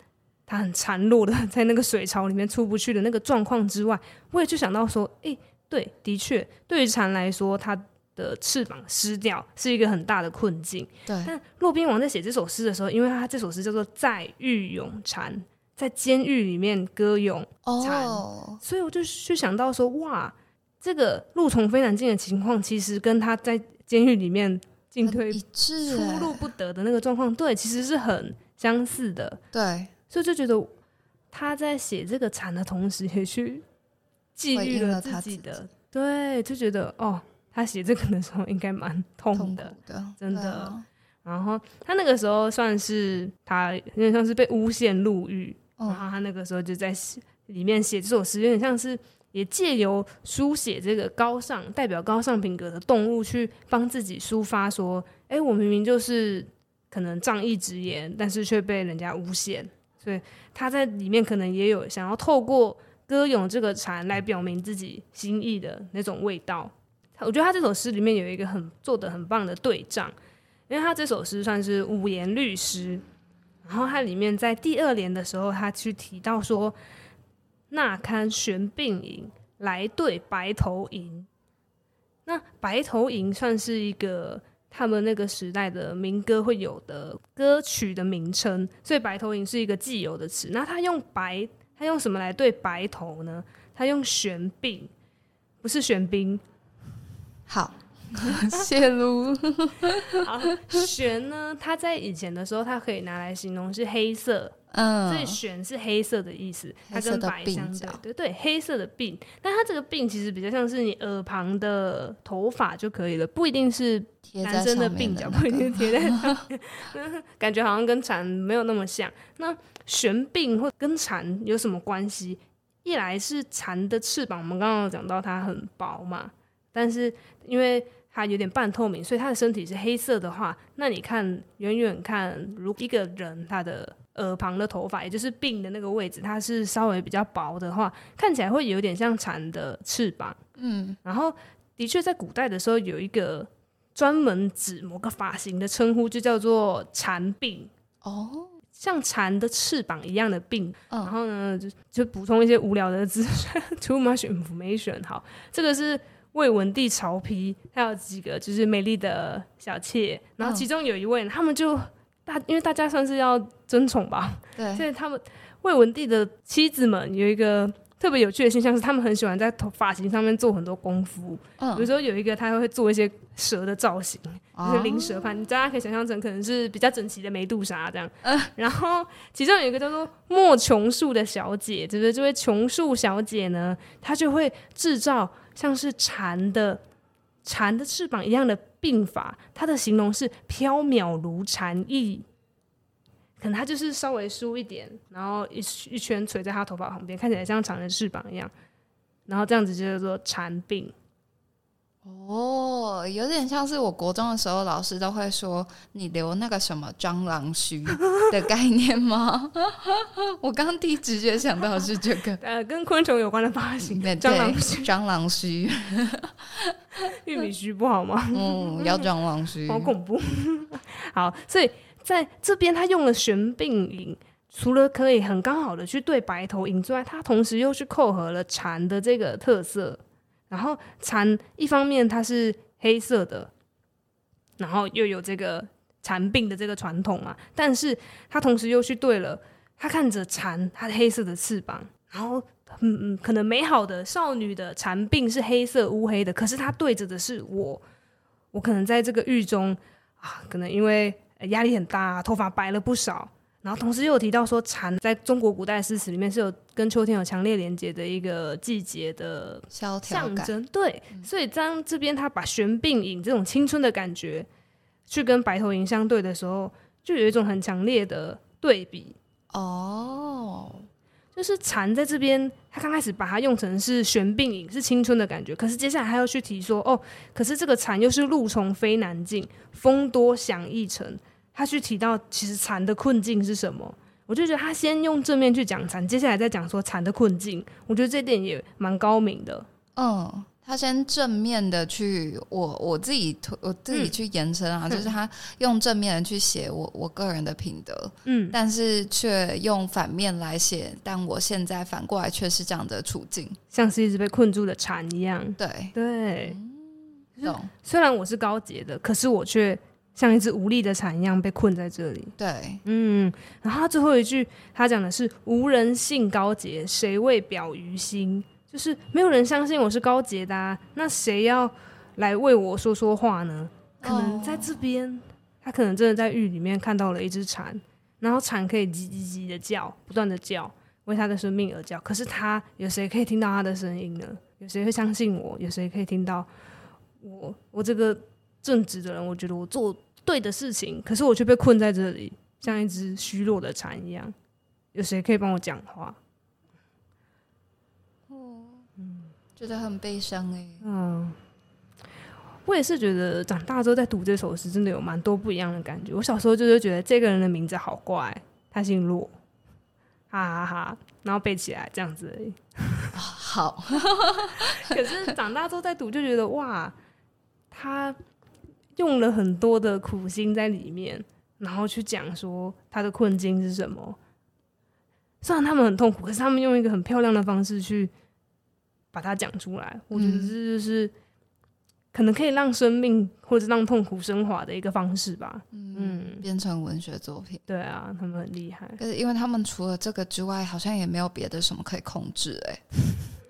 它很孱弱的在那个水槽里面出不去的那个状况之外，我也就想到说，诶，对，的确，对于蝉来说，它的翅膀湿掉是一个很大的困境。
对，
但骆宾王在写这首诗的时候，因为他这首诗叫做《在狱咏蝉》，在监狱里面歌咏，
哦，
所以我就去想到说，哇，这个路从非南进的情况，其实跟他在监狱里面进退
很一致
出
欸，
路不得的那个状况，对，其实是很相似的。
对，
所以就觉得他在写这个蝉的同时，也去寄
回
寓
应了
自
他
己
自
的，
己
对，就觉得哦，他写这个的时候应该蛮痛
痛
的。
苦的，
真
对
的
啊
然后他那个时候算是他有点像是被诬陷入狱，然
哦，
后他那个时候就在写里面写这首诗，有点像是也借由书写这个高尚代表高尚品格的动物，去帮自己抒发说，哎，我明明就是可能仗义直言，但是却被人家诬陷，所以他在里面可能也有想要透过歌咏这个蝉来表明自己心意的那种味道。我觉得他这首诗里面有一个很做的很棒的对仗，因为他这首诗算是五言律诗，然后它里面在第二联的时候，他去提到说：“那堪玄鬓影，来对白头吟。”那白头吟算是一个他们那个时代的民歌会有的歌曲的名称，所以白头吟是一个既有的词。那他用白，他用什么来对白头呢？他用玄鬓，不是玄冰。
好，谢露，
好，玄呢，它在以前的时候，它可以拿来形容是黑色，所以
嗯，
玄是黑色的意思，它
黑色
跟
的
白相对
鬓角，
对对，黑色的鬓。但它这个鬓其实比较像是你耳旁的头发就可以了，不一定是
贴
男
在
生
上
的
面
鬓角
那
不一定
个，
贴在上 面， 感觉好像跟蝉没有那么像。那玄鬓或跟蝉有什么关系？一来是蝉的翅膀，我们刚刚有讲到它很薄嘛，但是因为它有点半透明，所以它的身体是黑色的话，那你看远远看，如一个人他的耳旁的头发，也就是鬓的那个位置，它是稍微比较薄的话，看起来会有点像蝉的翅膀。
嗯，
然后的确在古代的时候有一个专门指某个发型的称呼，就叫做蝉鬓，
哦，
像蝉的翅膀一样的鬓。
嗯
然后呢，就就补充一些无聊的资讯 ，too much information。好，这个是。魏文帝曹丕，还有几个就是美丽的小妾，然后
嗯
其中有一位，他们就大，因为大家算是要争宠吧，所
对，
以他们魏文帝的妻子们有一个特别有趣的现象是，他们很喜欢在头发型上面做很多功夫。比如
嗯，
说有一个他会做一些蛇的造型，就
哦
是灵蛇盘，你大家可以想象成可能是比较整齐的梅杜莎这 样。
嗯
然后其中有一个叫做莫琼树的小姐，就是这位琼树小姐呢，她就会制造像是蝉的蝉的翅膀一样的鬓发，她的形容是飘渺如蝉翼。可能她就是稍微梳一点，然后一一圈垂在她头发旁边，看起来像蝉的翅膀一样，然后这样子就叫做蝉鬓。。
哦，有点像是我国中的时候，老师都会说你留那个什么蟑螂须的概念吗？ 我刚第一直觉想到的是这个
呃，跟昆虫有关的发型，
嗯对，
蟑螂
对、蟑螂须，
玉米须不好吗？
嗯，要蟑螂须，
好恐怖。 好，所以在这边他用了玄鬓影，除了可以很刚好的去对白头影之外，他同时又去扣合了蝉的这个特色。然后蝉一方面它是黑色的，然后又有这个蝉鬓的这个传统嘛，但是他同时又去对了，他看着蝉，它的黑色的翅膀，然后。嗯嗯，可能美好的少女的蝉鬓是黑色乌黑的，可是它对着的是我，我可能在这个狱中啊，可能因为呃压力很大、头发白了不少。然后同时又有提到说，蝉在中国古代诗词里面是有跟秋天有强烈连接的一个季节的
萧条
象
感，嗯
征。对，所以当这边他把玄鬓影这种青春的感觉，去跟白头吟相对的时候，就有一种很强烈的对比。
哦，
就是蝉在这边，他刚开始把它用成是玄鬓影，是青春的感觉。可是接下来他又去提说，哦，可是这个蝉又是路从飞难进，风多响易沉。他去提到其实蝉的困境是什么，我就觉得他先用正面去讲蝉，接下来再讲说蝉的困境，我觉得这点也蛮高明的。
嗯，他先正面的去，我我自己推我自己
嗯
去延伸啊，就是他用正面的去写我我个人的品德，
嗯，
但是却用反面来写，但我现在反过来却是这样的处境，
像是一直被困住的蝉一样。
对，
对，嗯
懂，
虽然我是高洁的，可是我却像一只无力的蝉一样被困在这里。
对，
嗯，然后他最后一句他讲的是“无人信高洁，谁为表于心”，就是没有人相信我是高洁的、啊，那谁要来为我说说话呢？可能在这边，他可能真的在狱里面看到了一只蝉，然后蝉可以叽叽叽的叫，不断的叫，为他的生命而叫。可是他有谁可以听到他的声音呢？有谁会相信我？有谁可以听到我？我这个正直的人，我觉得我做对的事情，可是我却被困在这里，像一只虚弱的蝉一样。有谁可以帮我讲话？
觉得很悲伤哎、
嗯，我也是觉得长大之后在读这首诗，真的有蛮多不一样的感觉。我小时候就是觉得这个人的名字好怪，他姓骆，哈哈哈，然后背起来这样子而已。
啊好，
可是长大之后再读，就觉得哇，他用了很多的苦心在里面，然后去讲说他的困境是什么。虽然他们很痛苦，可是他们用一个很漂亮的方式去把它讲出来。我觉得这就是可能可以让生命或者让痛苦升华的一个方式吧。嗯，
变成文学作品。
对啊，他们很厉害。
可是因为他们除了这个之外，好像也没有别的什么可以控制哎、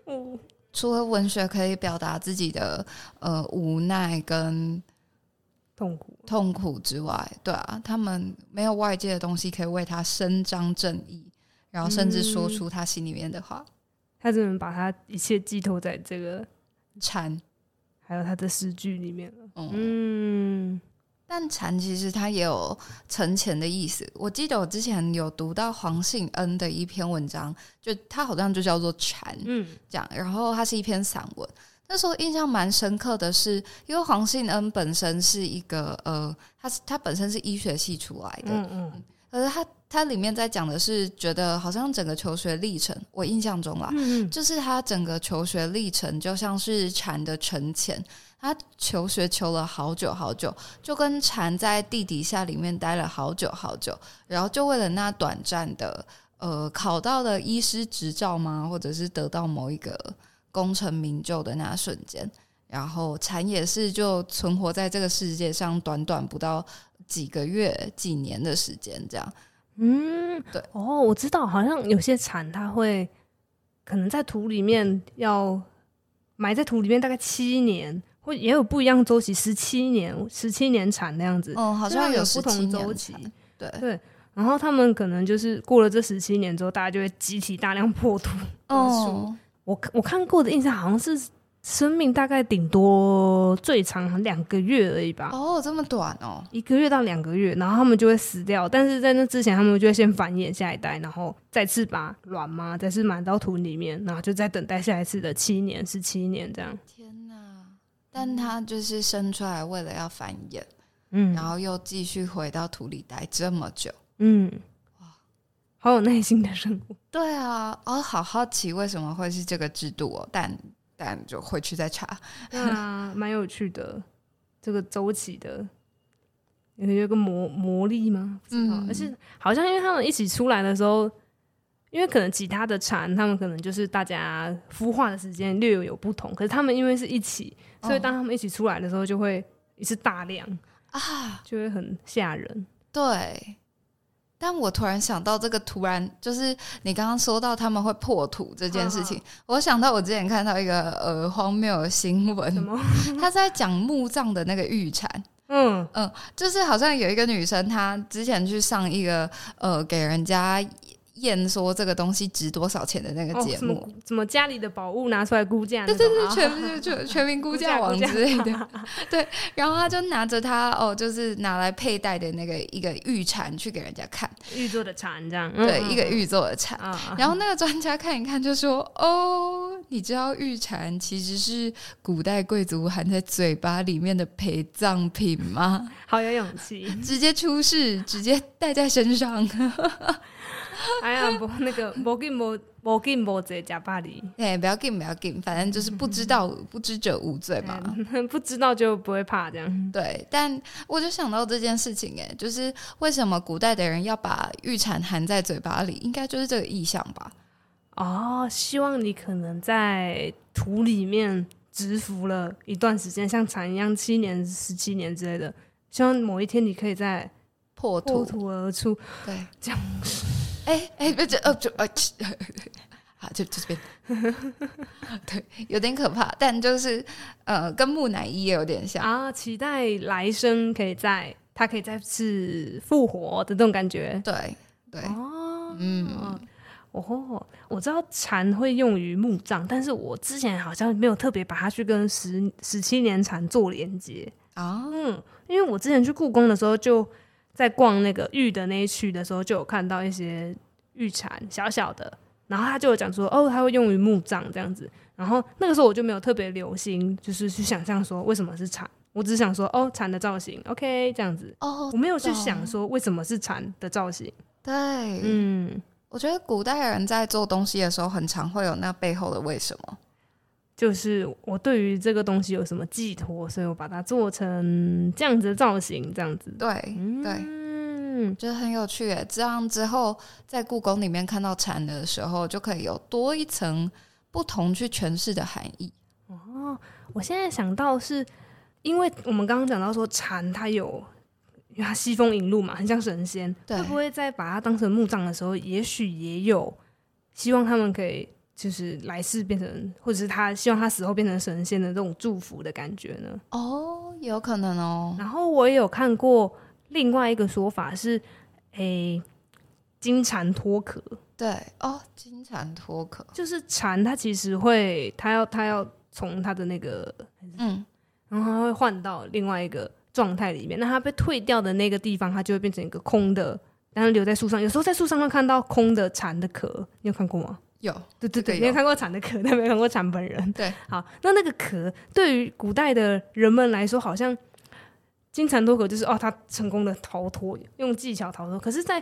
嗯，
除了文学可以表达自己的呃无奈跟
痛苦。
痛苦之外，对啊，他们没有外界的东西可以为他伸张正义，然后甚至说
嗯
出他心里面的话。
他只能把他一切寄托在这个，
禅，
还有他的诗句里面了。
嗯，
嗯，
但禅其实它也有沉潜的意思。我记得我之前有读到黄信恩的一篇文章，就它好像就叫做禅，
嗯，
这样，然后它是一篇散文。那时候印象蛮深刻的是，因为黄信恩本身是一个呃，他是他本身是医学系出来的，
嗯嗯
可是他他里面在讲的是，觉得好像整个求学历程，我印象中啦，
嗯，
就是他整个求学历程就像是蝉的沉潜，他求学求了好久好久，就跟蝉在地底下里面待了好久好久，然后就为了那短暂的呃考到了医师执照吗？或者是得到某一个功成名就的那瞬间，然后蝉也是就存活在这个世界上短短不到几个月几年的时间这样。
嗯，
对。
哦，我知道，好像有些蝉它会可能在土里面要埋在土里面大概七年，或也有不一样周期，十七年、十七年蝉那样子。
嗯，好像
就
有
有不
17
同
年
周
蝉
期，
对。
然后他们可能就是过了这十七年之后，大家就会集体大量破土。
哦，
我看我看过的印象好像是生命大概顶多最长两个月而已吧，
哦，这么短哦，
一个月到两个月，然后他们就会死掉。但是在那之前，他们就会先繁衍下一代，然后再次把卵嘛再次埋到土里面，然后就再等待下一次的七年、十七年这样。
天哪！但它就是生出来为了要繁衍，
嗯，
然后又继续回到土里待这么久。
嗯，好有耐心的生活。
对啊，哦，好好奇为什么会是这个制度哦，但但就回去再查。
对啊，蛮有趣的，这个周期的有有一个魔魔力吗？不知道，
嗯
而且好像因为他们一起出来的时候，因为可能其他的蝉，他们可能就是大家孵化的时间略有有不同，可是他们因为是一起，所以
哦
当他们一起出来的时候，就会一次大量，
啊，
就会很吓人。
对。但我突然想到这个，突然就是你刚刚说到他们会破土这件事情，我想到我之前看到一个呃荒谬的新
什
闻，
么？
他在讲墓葬的那个玉蝉，
嗯
就是好像有一个女生，她之前去上一个呃给人家验说这个东西值多少钱的那个
哦，
节
什
目，
么什么家里的宝物拿出来估价那
对
种？
对对，
啊
全就全全民估价王之类的， 对。然后她就拿着她哦，就是拿来佩戴的那个一个玉蝉去给人家看，
玉做的蝉这样，嗯
对，
嗯
一个
嗯
玉做的蝉。
啊，
然后那个专家看一看就说：“哦，你知道玉蝉其实是古代贵族含在嘴巴里面的陪葬品吗？
好有勇气。
直接出世，直接带在身上。”
哎呀，不，那个无见无无见无者假巴黎，
哎，不要紧，不要紧，反正就是不知道不知者无罪嘛。
不知道就不会怕这样。
对，但我就想到这件事情，哎，就是为什么古代的人要把玉蝉含在嘴巴里，应该就是这个意象吧？
哦，希望你可能在土里面蛰伏了一段时间，像蝉一样七年、十七年之类的。希望某一天你可以在
破
破
土，
土而出。
对，
这样
哎哎，不这呃就呃，切好，就就这边，对，有点可怕，但就是呃，跟木乃伊也有点像，
啊，期待来生可以在它可以再次复活的这种感觉。
对对，
哦，
嗯，
哦，我知道蝉会用于墓葬，但是我之前好像没有特别把它去跟十十七年蝉做连接。
啊，
嗯，因为我之前去故宫的时候，就在逛那个玉的那一区的时候，就有看到一些玉蝉小小的，然后他就有讲说，哦，它会用于墓葬这样子。然后那个时候我就没有特别留心，就是去想象说为什么是蝉，我只想说，哦，蝉的造型，OK，这样子。
哦
我，没有去
懂
想说为什么是蝉的造型，
对，
嗯，
我觉得古代人在做东西的时候，很常会有那背后的为什么。
就是我对于这个东西有什么寄托，所以我把它做成这样子的造型，这样子。
对、对，
嗯，
就是很有趣耶。这样之后，在故宫里面看到蝉的时候，就可以有多一层不同去诠释的含义。
我现在想到是因为我们刚刚讲到说蝉它有，因为它西风引路嘛，很像神仙，
对
会不会在把它当成墓葬的时候，也许也有希望他们可以就是来世变成，或者是他希望他死后变成神仙的这种祝福的感觉呢？
哦，有可能哦，
然后我也有看过另外一个说法是，诶，金蝉脱壳，
对哦，金蝉脱壳，
就是蝉它其实会，它要它要从它的那个
嗯，
然后它会换到另外一个状态里面。那它被退掉的那个地方，它就会变成一个空的，然后留在树上。有时候在树上会看到空的蝉的壳，你有看过吗？
有
对对
这个
对，
有
你有看过蝉的壳， 但没看过蝉本人。
对，
好，那那个壳对于古代的人们来说，好像金蝉脱壳就是哦，他成功的逃脱，用技巧逃脱。可是，在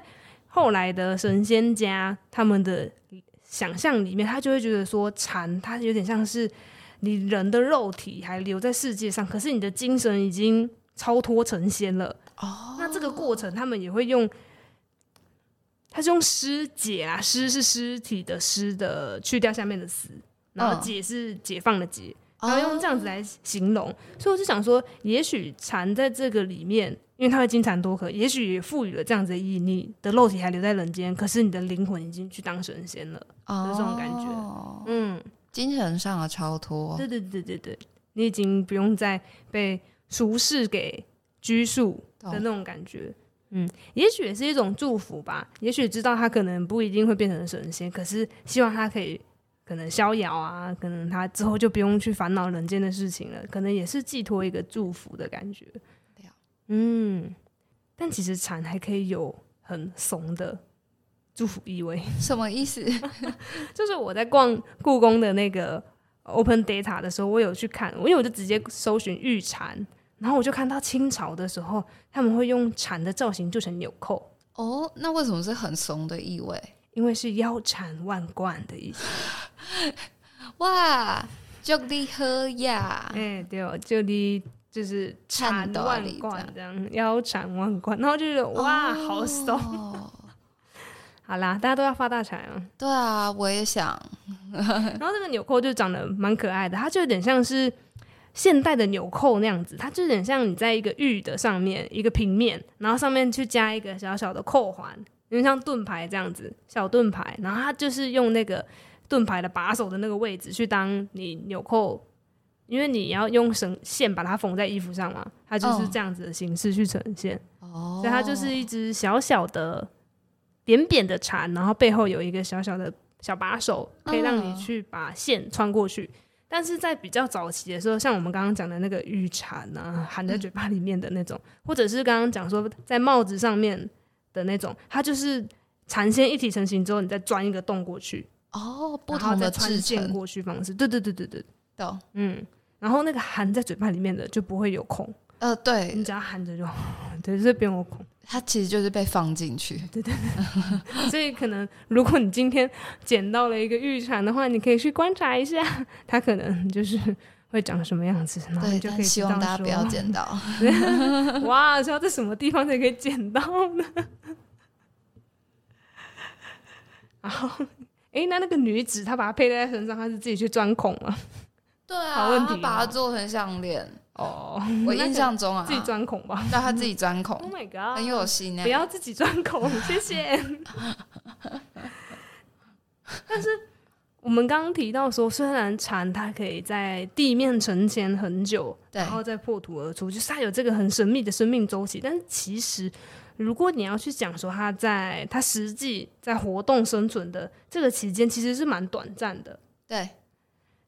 后来的神仙家他们的想象里面，他就会觉得说，蝉它有点像是你人的肉体还留在世界上，可是你的精神已经超脱成仙了。
哦，
那这个过程，他们也会用，他是用尸解啊，尸是尸体的尸的，去掉下面的死，然后
嗯
解是解放的解，然
哦
后用这样子来形容。所以我就想说，也许蝉在这个里面，因为它会金蝉脱壳，也许也赋予了这样子的意义，你的肉体还留在人间，可是你的灵魂已经去当神仙了。
哦
有这种感觉嗯，
精神哦上的超脱
对对对对对，你已经不用再被俗世给拘束
懂
的那种感觉。哦嗯，也许也是一种祝福吧。也许知道他可能不一定会变成神仙，可是希望他可以可能逍遥啊，可能他之后就不用去烦恼人间的事情了，可能也是寄托一个祝福的感觉啊
了。
嗯，但其实蝉还可以有很怂的祝福意味。
什么意思？
就是我在逛故宫的那个 Open Data 的时候，我有去看，因为我就直接搜寻玉蝉，然后我就看到清朝的时候，他们会用蝉的造型做成纽扣，
哦，那为什么是很怂的意味？
因为是腰缠万贯的意思。
哇，就厉害呀！
哎、对哦，就你就是缠万贯这样，腰缠万贯，然后就觉得哇，好怂。
哦
好啦，大家都要发大财啊。
对啊，我也想，
然后这个纽扣就长得蛮可爱的，它就有点像是现代的纽扣那样子，它就有点像你在一个玉的上面一个平面，然后上面去加一个小小的扣环，有点像盾牌这样子，小盾牌。然后它就是用那个盾牌的把手的那个位置去当你纽扣，因为你要用绳线把它缝在衣服上嘛，它就是
嗯
这样子的形式去呈现。
哦，
所以它就是一只小小的、扁扁的蝉，然后背后有一个小小的小把手，可以
嗯
让你去把线穿过去。但是在比较早期的时候，像我们刚刚讲的那个玉蝉啊，含
嗯
在嘴巴里面的那种，或者是刚刚讲说在帽子上面的那种，它就是蝉先一体成型之后，你再钻一个洞过去，
哦，不
然后
同的
再穿
制
线
成，
过去方式。对对对对对，
懂？
嗯。然后那个含在嘴巴里面的就不会有孔，
呃，对
你，只要含着就， 对，就是不用有孔。
它其实就是被放进去，
嗯所以可能如果你今天捡到了一个玉蝉的话，你可以去观察一下，它可能就是会长什么样子，然后
对
你，就可
但
以
希
知
望
道
大家不要
说，
捡到。
哇，知道在什么地方才可以捡到呢？ 然后，诶，那那个女子她把它佩戴在身上，她是自己去钻孔吗？
对
好
啊，
问
他
题
把它
哦
做成项链，
哦，
我
那
印
个
象中啊，
自己钻孔吧。
让他自己钻
Oh
孔，
my god，
很有心欸呢
不。要自己钻孔，谢谢。 但是我们刚刚提到说，虽然蝉它可以在地面沉潜很久，
对
然后再破土而出，就是它有这个很神秘的生命周期。但是其实，如果你要去讲说它在它实际在活动生存的这个期间，其实是蛮短暂的，
对，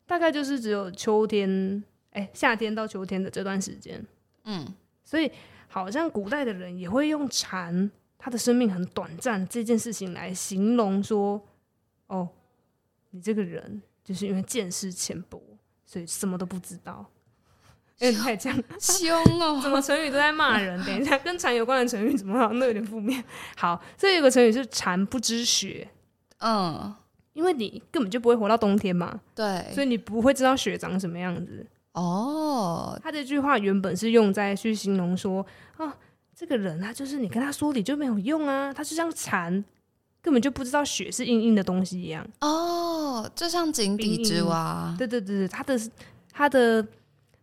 大概就是只有秋天，哎、夏天到秋天的这段时间。
嗯，
所以好像古代的人也会用蝉，它的生命很短暂这件事情来形容说，哦，你这个人就是因为见识浅薄，所以什么都不知道。有点太这样，
凶 哦，
怎么成语都在骂人？等一下，跟蝉有关的成语怎么好像都有点负面？好，这有个成语是“蝉不知雪
嗯，”，
因为你根本就不会活到冬天嘛，所
对，
以你不会知道雪长什么样子。
哦，
他这句话原本是用在去形容说，啊，这个人他就是你跟他说理就没有用啊，他就像蝉，根本就不知道雪是硬硬的东西一样。
哦，就像井底之蛙，
对对对对，他的他的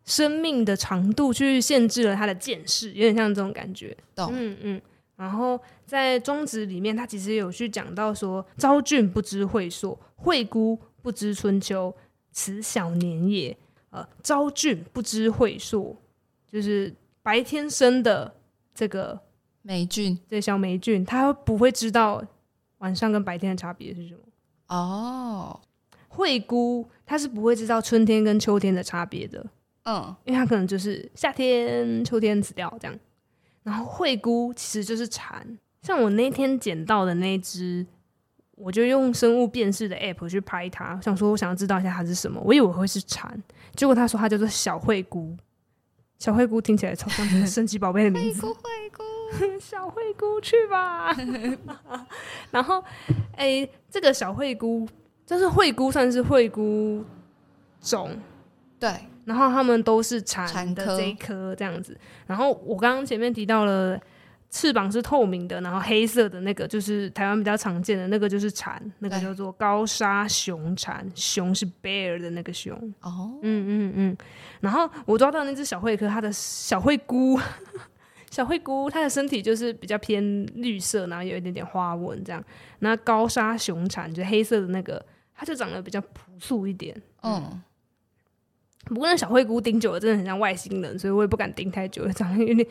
生命的长度去限制了他的见识，有点像这种感觉。
懂
嗯嗯。然后在宗旨里面，他其实有去讲到说：“昭俊不知晦朔，惠姑不知春秋，此小年也。”呃，昭俊不知晦朔，就是白天生的这个
霉菌
这小霉菌，它不会知道晚上跟白天的差别是什么。
哦，
惠姑它是不会知道春天跟秋天的差别的，
嗯，
因为它可能就是夏天、秋天死掉这样。然后惠菇其实就是蝉，像我那天捡到的那只，我就用生物辨识的 app 去拍它，想说我想要知道一下它是什么，我以为会是蝉，结果他说它叫做小惠菇。小惠菇听起来超像什么神奇宝贝的名字，
灰 姑，
小灰姑去吧。 然后，哎、这个小灰姑就是灰姑，算是灰姑种，
对，
然后他们都是蝉
蝉
的
科
这一颗这样子。然后我刚刚前面提到了。翅膀是透明的，然后黑色的那个就是台湾比较常见的那个就是蝉，那个
对
叫做高沙熊蝉，熊是 bear 的那个熊。
哦，
嗯嗯嗯。然后我抓到那只小灰科，它的小灰菇， 小灰菇，它的身体就是比较偏绿色，然后有一点点花纹这样。那高沙熊蝉就黑色的那个，它就长得比较朴素一点。
嗯，
不过那小灰菇盯久了真的很像外星人，所以我也不敢盯太久了，长得有点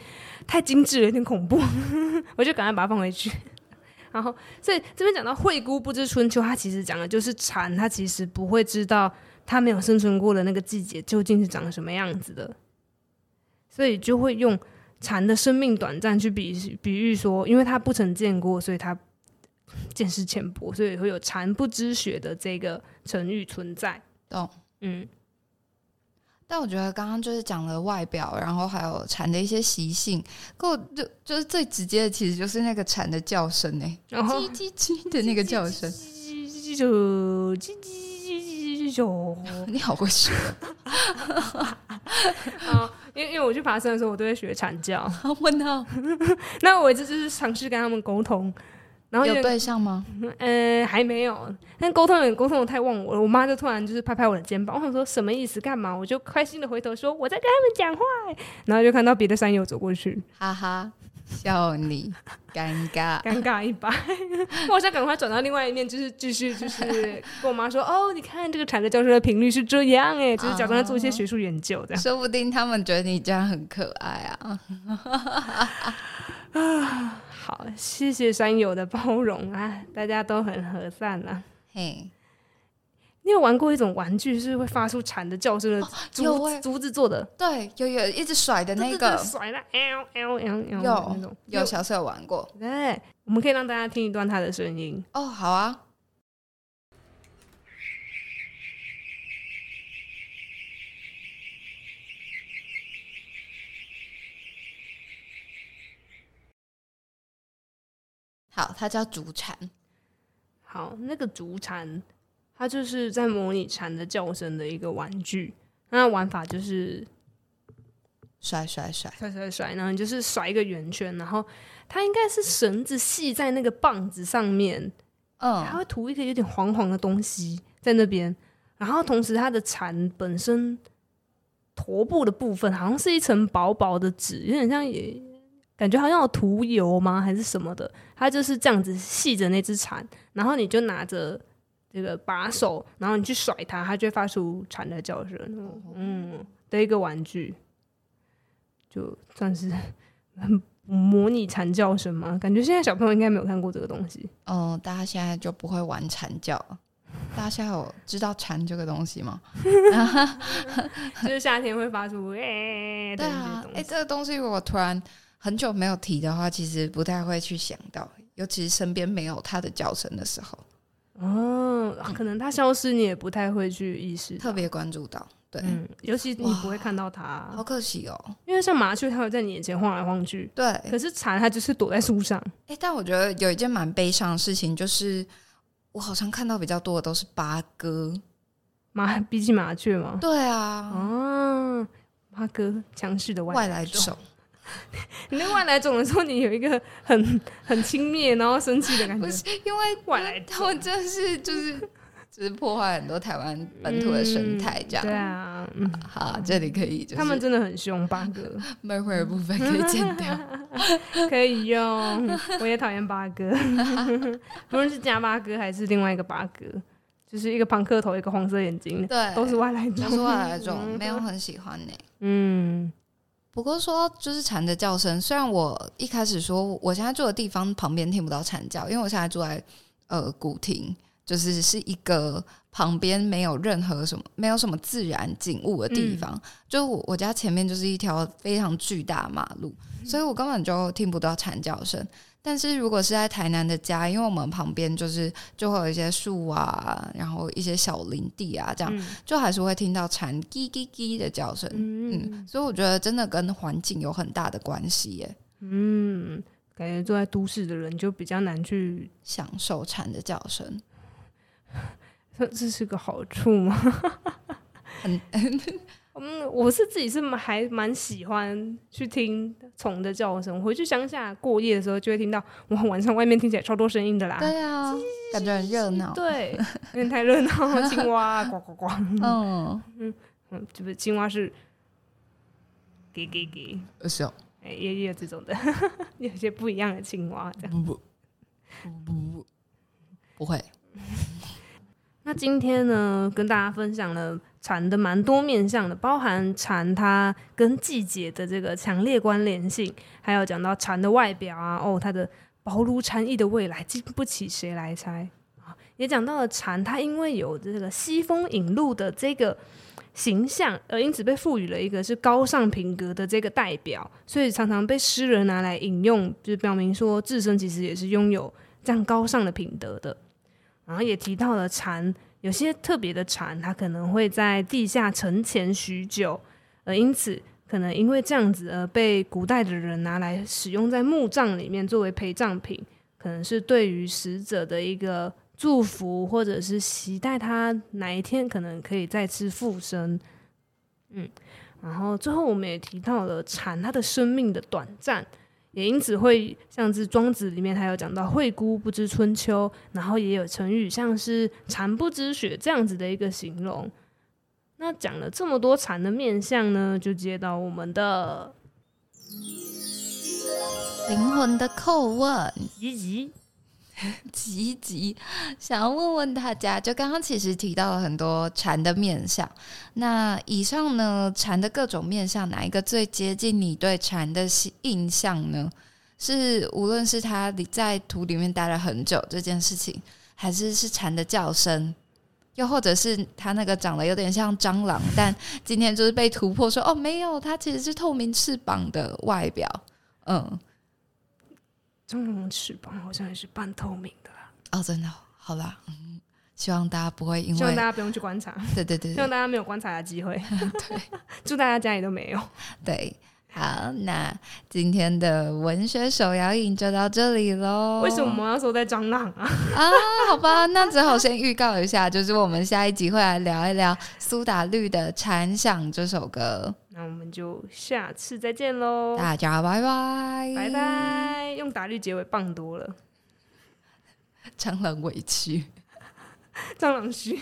太精致了，有点恐怖， 我就赶快把它放回去。然后，所以这边讲到灰姑不知春秋，它其实讲的就是蝉，它其实不会知道它没有生存过的那个季节究竟是长什么样子的，所以就会用蝉的生命短暂去比比喻说，因为它不曾见过，所以它见识浅薄，所以会有“蝉不知雪”的这个成语存在。
懂。
嗯，
但我觉得刚刚就是讲了外表，然后还有蝉的一些习性，可我就就是最直接的，其实就是那个蝉的叫声呢、
然后
叽叽叽的那个叫声，
叽叽啾，叽叽叽叽啾。
你好会学
啊，因为因为我去爬山的时候，我都会学惨叫。
啊！问到
那我这就是尝试跟他们沟通，然后
有
因为
对象吗？
呃还没有，但沟通有点沟通的太忘我了。我妈就突然就是拍拍我的肩膀，我想说什么意思干嘛？我就开心的回头说我在跟他们讲话欸、然后就看到别的山友走过去，
哈哈，笑你尴尬。
尴尬一把。我好像赶快转到另外一面，就是继续就是跟我妈说哦，你看这个产的叫声的频率是这样哎、就是假装在做一些学术研究这样。
说不定他们觉得你这样很可爱啊！
好，谢谢山友的包容啊，大家都很和善啊。
嘿，
你有玩过一种玩具，是会发出蝉的叫声的竹、
有欸
竹子做的，
对，有有一直甩的那
对对
个
对，甩了 L L L L 那种
有有小时候有玩过
对，我们可以让大家听一段它的声音。
哦，好啊，好，它叫竹蝉，
好，那个竹蝉，它就是在模拟蝉的叫声的一个玩具。那玩法就是
甩甩甩，
甩甩甩，然后你就是甩一个圆圈，然后它应该是绳子系在那个棒子上面，它
嗯，
会涂一个有点黄黄的东西在那边，然后同时它的蝉本身头部的部分好像是一层薄薄的纸，有点像也感觉好像有涂油吗还是什么的，它就是这样子系着那只蝉，然后你就拿着这个把手，然后你去甩它，它就会发出蝉的叫声，嗯的一个玩具，就算是 很模拟蝉叫声嘛，感觉现在小朋友应该没有看过这个东西。
嗯，大家现在就不会玩蝉叫了。大家现在有知道蝉这个东西吗？
就是夏天会发出哎、欸、
对
的
啊
那种，
哎、这个东西如果突然很久没有提的话，其实不太会去想到，尤其是身边没有它的叫声的时候，
哦，可能它消失你也不太会去意识，
特别关注到。对，
嗯，尤其你不会看到它
好，可惜哦。
因为像麻雀它会在你眼前晃来晃去，
对，
可是蝉它就是躲在树上，
哎、但我觉得有一件蛮悲伤的事情，就是我好像看到比较多的都是八哥。
麻 比起麻雀嘛，
对啊，
哦，八哥强势的
外
外，
来种。
你那外来种的时候，你有一个 很很轻蔑然后生气的感
不
觉，
是因为
外来
他们真的是就是就是破坏很多台湾本土的生态这样。
嗯对啊，嗯，
好，这里可以就是
他们真的很凶，八哥
闷会的部分可以 剪掉。
可以用，我也讨厌八哥，不论是加八哥还是另外一个八哥，就是一个庞克头，一个黄色眼睛，
对，
都是外来种，
都是外来种，没有很喜欢呢、
嗯，
不过说就是蝉的叫声，虽然我一开始说我现在住的地方旁边听不到蝉叫，因为我现在住在呃古亭，就是是一个旁边没有任何什么没有什么自然景物的地方，就我我家前面就是一条非常巨大的马路，所以我根本就听不到蝉叫声。但是如果是在台南的家，因为我们旁边就是就会有一些树啊，然后一些小林地啊，这样、
嗯
就还是会听到蝉叽叽叽的叫声。嗯，
嗯
所以我觉得真的跟环境有很大的关系耶。
嗯，感觉住在都市的人就比较难去，
享受蝉的叫声，
这这是个好处吗？
很
嗯，我是自己是蛮还蛮喜欢去听虫的叫声，回去乡下过夜的时候就会听到，哇，晚上外面听起来超多声音的啦。
对啊，感觉很热闹。
对，有点太热闹了，青蛙呱呱呱，
嗯，
嗯，这不是青蛙是给给给，
是哦，
哎，也也有这种的， 有些不一样的青蛙这样。
嗯不不不不不会，
那今天呢，跟大家分享了蝉的蛮多面向的，包含蝉它跟季节的这个强烈关联性，还有讲到蝉的外表啊，哦，它的薄如蝉翼的未来，经不起谁来猜啊。也讲到了蝉，它因为有这个西风引路的这个形象，而因此被赋予了一个是高尚品格的这个代表，所以常常被诗人拿来引用，就是表明说自身其实也是拥有这样高尚的品德的。然后也提到了蝉，有些特别的蝉，它可能会在地下沉潜许久，呃，因此可能因为这样子而被古代的人拿来使用在墓葬里面作为陪葬品，可能是对于死者的一个祝福，或者是期待他哪一天可能可以再次复生。嗯，然后最后我们也提到了蝉，它的生命的短暂。也因此会像是《庄子》里面还有讲到“惠姑不知春秋”，然后也有成语像是“蝉不知雪”这样子的一个形容。那讲了这么多蝉的面相呢，就接到我们的
灵魂的叩问。
吉吉，
急急，想要问问大家，就刚刚其实提到了很多蝉的面相，那以上呢，蝉的各种面相，哪一个最接近你对蝉的西印象呢？是无论是它里在土里面待了很久这件事情，还是是蝉的叫声，又或者是它那个长得有点像蟑螂，但今天就是被突破说哦，没有，它其实是透明翅膀的外表，嗯，
蟑螂的翅膀好像也是半透明的啦，
哦，真的哦，好啦，嗯，希望大家不会因
希望
为
大。家不用去观察，
对对对
希
对
望大家没有观察的机 会，祝大家家里都没有。
对，好，那今天的文学手摇影就到这里喽。
为什么我们要说在蟑螂啊？
啊？好吧，那只好先预告一下，就是我们下一集会来聊一聊苏打绿的《蝉响》这首歌。
那我们就下次再见喽，
大家拜拜，
拜， 拜。用打绿结尾棒多了，
蟑螂委屈。
蟑螂须。